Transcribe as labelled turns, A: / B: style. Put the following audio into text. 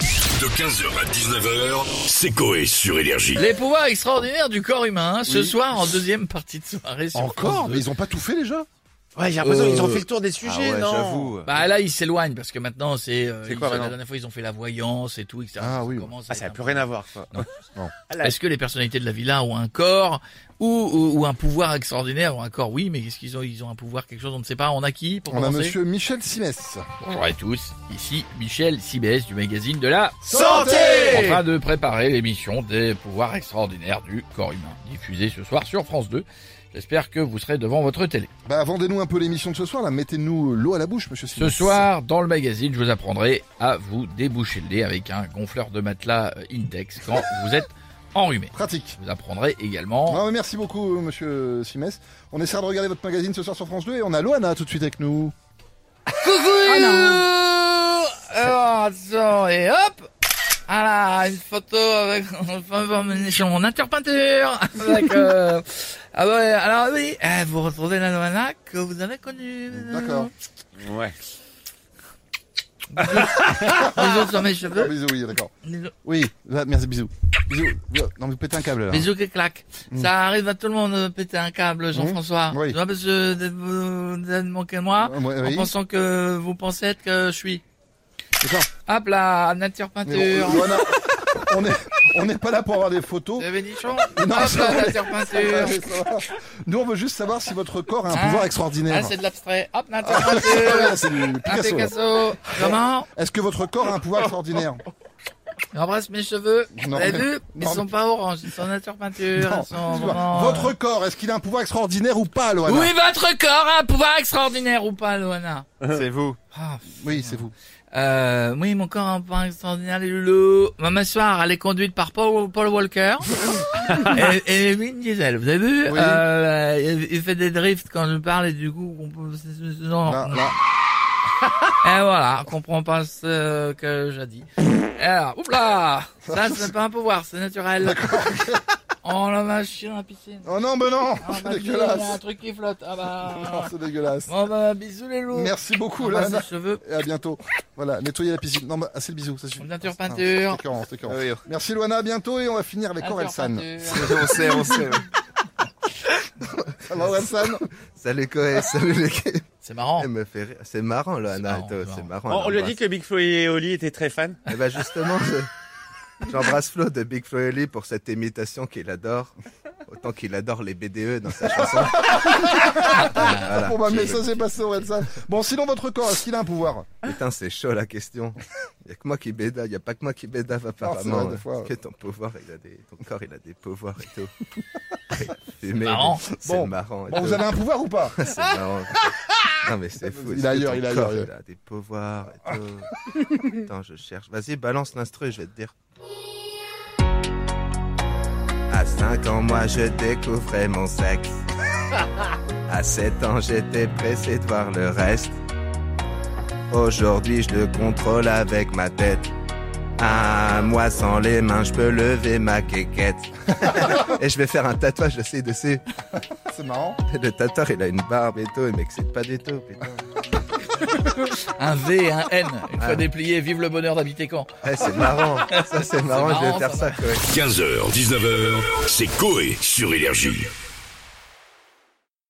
A: De 15h à 19h, c'est Coé sur Énergie.
B: Les pouvoirs extraordinaires du corps humain, hein, ce soir en deuxième partie de soirée. Sur
C: Encore
B: France
C: Mais ils ont pas tout fait déjà
D: Ouais, j'ai l'impression
C: Euh,
D: qu'ils ont fait le tour des sujets, non
B: deux. Bah là, ils s'éloignent parce que maintenant c'est. euh,
D: C'est
B: ils-
D: quoi,
B: La
D: maintenant
B: dernière fois, ils ont fait la voyance et tout, etc.
C: Ah oui.
B: commence à
D: Ah, ça n'a
B: être
D: plus
B: un-
D: rien à voir, quoi.
B: Est-ce que les personnalités de la villa ont un corps ou, ou, ou un pouvoir extraordinaire ou un corps Oui, mais qu'est-ce qu'ils ont Ils ont un pouvoir, quelque chose, on ne sait pas. On a qui pour
C: On a
B: commencer
C: monsieur Michel Simès.
B: Bonjour à tous. Ici Michel Sibès du magazine de la
C: Eh.
B: en
D: Santé
B: train de préparer l'émission des pouvoirs extraordinaires du corps humain, diffusée ce soir sur France 2. J'espère que vous serez devant votre télé.
C: Bah vendez-nous un peu l'émission de ce soir, là, mettez-nous l'eau à la bouche, monsieur
B: Ce
C: Simès.
B: soir, dans le magazine, je vous apprendrai à vous déboucher le nez avec un gonfleur de matelas euh, Intex quand vous êtes enrhumé.
C: Pratique.
B: Je vous apprendrai également.
C: Ah, mais merci beaucoup, euh, monsieur Simès. On essaiera de regarder votre magazine ce soir sur France 2 et on a Loana tout de suite avec nous.
B: Ah
C: Ah
B: Alors, attention, Euh, et hop Ah là, une photo avec mon interpeinture avec, euh, Ah ouais, alors oui, euh, vous retrouvez la Loana que vous avez connue.
C: D'accord.
D: Ouais.
B: Bisous sur mes
C: Ah,
B: cheveux.
C: bisous, oui, d'accord.
B: Bisous.
C: Oui, là, merci, bisous. Bisous. Non, mais vous pétez un câble là.
B: Bisous qui claquent. Ça arrive à tout le monde de péter un câble, Jean-François.
C: Mm. Oui.
B: Tu vois, parce que vous vous manquez moi,
C: Ah, moi,
B: en
C: oui.
B: pensant que vous pensez être que je suis.
C: C'est ça.
B: Hop là, nature
C: Mais oh, bon,
B: peinture.
C: Loana, on est, on n'est pas là pour avoir des photos.
B: Le bénichon.
C: Non,
B: Hop
C: ça
B: là,
C: va.
B: nature
C: Ah,
B: peinture.
C: mais ça va. Nous, on veut juste savoir si votre corps a un
B: Ah.
C: pouvoir extraordinaire.
B: Ah, c'est de l'abstrait. Hop, nature
C: Ah,
B: peinture.
C: c'est du
B: Un
C: Picasso. là.
B: Picasso. Comment
C: Est-ce que votre corps a un pouvoir extraordinaire
B: J'embrasse mes cheveux. Vous
C: Non,
B: avez
C: mais-
B: vu Ils
C: non,
B: sont
C: mais-
B: pas orange, ils sont nature peinture.
C: Non,
B: ils sont
C: excuse-moi.
B: vraiment- euh,
C: Votre corps, est-ce qu'il a un pouvoir extraordinaire ou pas, Loana
B: Oui, votre corps a un pouvoir extraordinaire ou pas, Loana
D: C'est vous.
B: Ah,
C: Oui, c'est vous.
B: Euh, oui, mon corps a un point extraordinaire, les loulous. Ma m'asseoir, elle est conduite par Paul, Paul Walker. et, et Vin Diesel, vous avez vu
C: Oui.
B: Euh, il, il fait des drifts quand je parle et du coup, on peut... c'est- c'est- non.
C: Là, là.
B: Et voilà, on comprend pas ce que j'ai dit. Et Alors, oups là Ça, ce n'est pas un pouvoir, c'est naturel. oh la machine, la piscine.
C: Oh non, mais non
B: Ah, ma
C: C'est
B: fille, il y a un
C: dégueulasse
B: truc qui flotte. Ah
C: Non,
B: bah...
C: C'est dégueulasse.
B: Bon bah, bisous les loups.
C: Merci beaucoup,
B: Embrasse
C: Loana.
B: les cheveux.
C: Et à bientôt. Voilà, nettoyez la piscine. Non, mais assez le bisou, ça suffit.
B: Peinture,
C: Ah,
B: peinture.
C: C'est écœurant, c'est écœurant.
D: Ah oui.
C: Merci, Loana, à bientôt. Et on va finir avec
B: Nature
C: Orelsan.
B: peinture.
D: on sait, on sait.
C: Alors, Orelsan,
E: Salut Coé, salut les gars.
B: C'est marrant.
E: Elle me fait rire. C'est marrant là,
B: C'est
E: Anna,
B: marrant,
E: toi,
B: c'est
E: c'est
D: On,
E: marrant.
D: Oh, on lui a dit que Big Flo et Oli étaient très fans.
E: Eh ben justement, je- j'embrasse Flo de Big Flo et Oli pour cette imitation qu'il adore. Autant qu'il adore les BDE dans sa chanson. voilà.
C: bon, bah, mais ça s'est passé, Orelsan. Bon, sinon, votre corps, est-ce qu'il a un pouvoir
E: Putain, c'est chaud la question. Y a que moi qui bédave, y a pas que moi qui bédave
C: c'est
E: apparemment.
C: vrai, des fois, ouais.
E: Que ton pouvoir, il a des, ton corps, il a des pouvoirs et tout. Fumer,
B: marrant.
E: C'est
C: Bon.
E: marrant. et
C: Bon, vous
E: tout.
C: avez un pouvoir ou pas
E: C'est marrant. Non mais c'est fou.
C: Ah. Il
E: Est-ce
C: a
E: que
C: ailleurs,
E: ton
C: il a
E: corps,
C: ailleurs. Ah.
E: Il a des pouvoirs et tout. Attends, je cherche. Vas-y, balance l'instru, et je vais te dire. À 5 ans, moi, je découvrais mon sexe. À 7 ans, j'étais pressé de voir le reste. Aujourd'hui, je le contrôle avec ma tête. Ah, moi, sans les mains, je peux lever ma quéquette. et je vais faire un tatouage, je sais, dessus.
C: C'est marrant.
E: Le tatar, il a une barbe et tout, il m'excite pas du tout, putain.
B: Un V et un N. Une fois
E: Ah.
B: déplié, vive le bonheur d'habiter Caen.
E: Ouais, Eh, c'est marrant, ça c'est marrant, je
B: marrant,
E: vais faire
B: ça
E: ça, quoi.
A: 15h, 19h, c'est Coé sur Énergie.